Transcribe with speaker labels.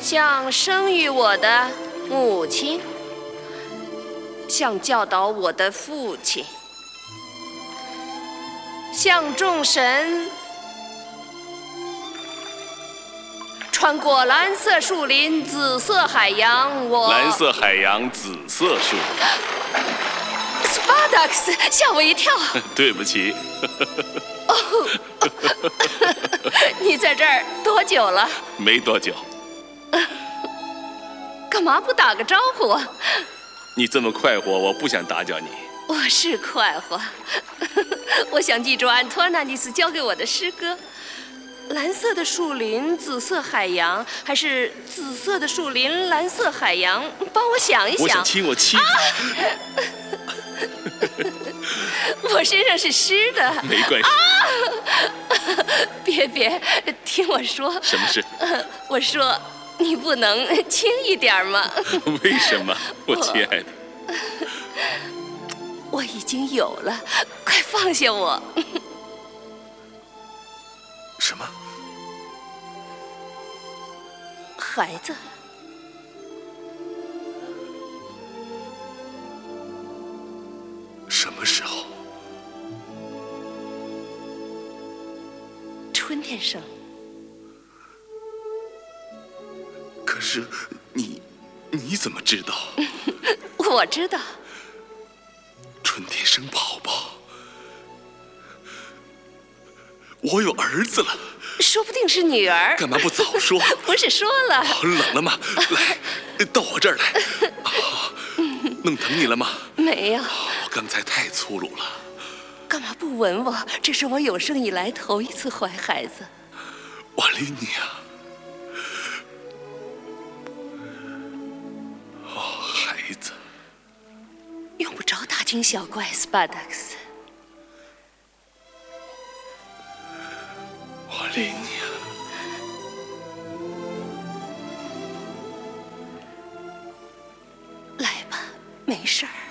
Speaker 1: 像生育我的母亲，像教导我的父亲，像众神穿过蓝色树林、紫色海洋，我
Speaker 2: 蓝色海洋，紫色树。
Speaker 1: s p a d a x 吓我一跳！
Speaker 2: 对不起，
Speaker 1: 你在这儿多久了？
Speaker 2: 没多久。
Speaker 1: 干嘛不打个招呼啊？
Speaker 2: 你这么快活，我不想打搅你。
Speaker 1: 我是快活， 我想记住安托纳尼斯教给我的诗歌：蓝色的树林，紫色海洋，还是紫色的树林，蓝色海洋？帮我想一
Speaker 2: 我
Speaker 1: 想
Speaker 2: 想，亲我妻子，
Speaker 1: 我身上是湿的。
Speaker 2: 没关系。
Speaker 1: 别别，听我说，
Speaker 2: 什么事？
Speaker 1: 我说你不能轻一点儿吗？
Speaker 2: 为什么，我亲爱的？
Speaker 1: 我已经有了，快放下我！
Speaker 2: 什么？
Speaker 1: 孩子，
Speaker 2: 什么时候？
Speaker 1: 春天生，
Speaker 2: 可是你，你怎么知道？
Speaker 1: 我知道，
Speaker 2: 春天生宝宝，我有儿子了，
Speaker 1: 说不定是女儿。
Speaker 2: 干嘛不早说？
Speaker 1: 不是说了，
Speaker 2: 很冷了吗？来，到我这儿来。啊，弄疼你了吗？
Speaker 1: 没有，
Speaker 2: 我刚才太粗鲁了，
Speaker 1: 干嘛不吻我？这是我有生以来头一次怀孩子。
Speaker 2: 我理你啊。哦，孩子，
Speaker 1: 用不着大惊小怪，Spadax。
Speaker 2: 我理你啊。
Speaker 1: 来吧，没事儿。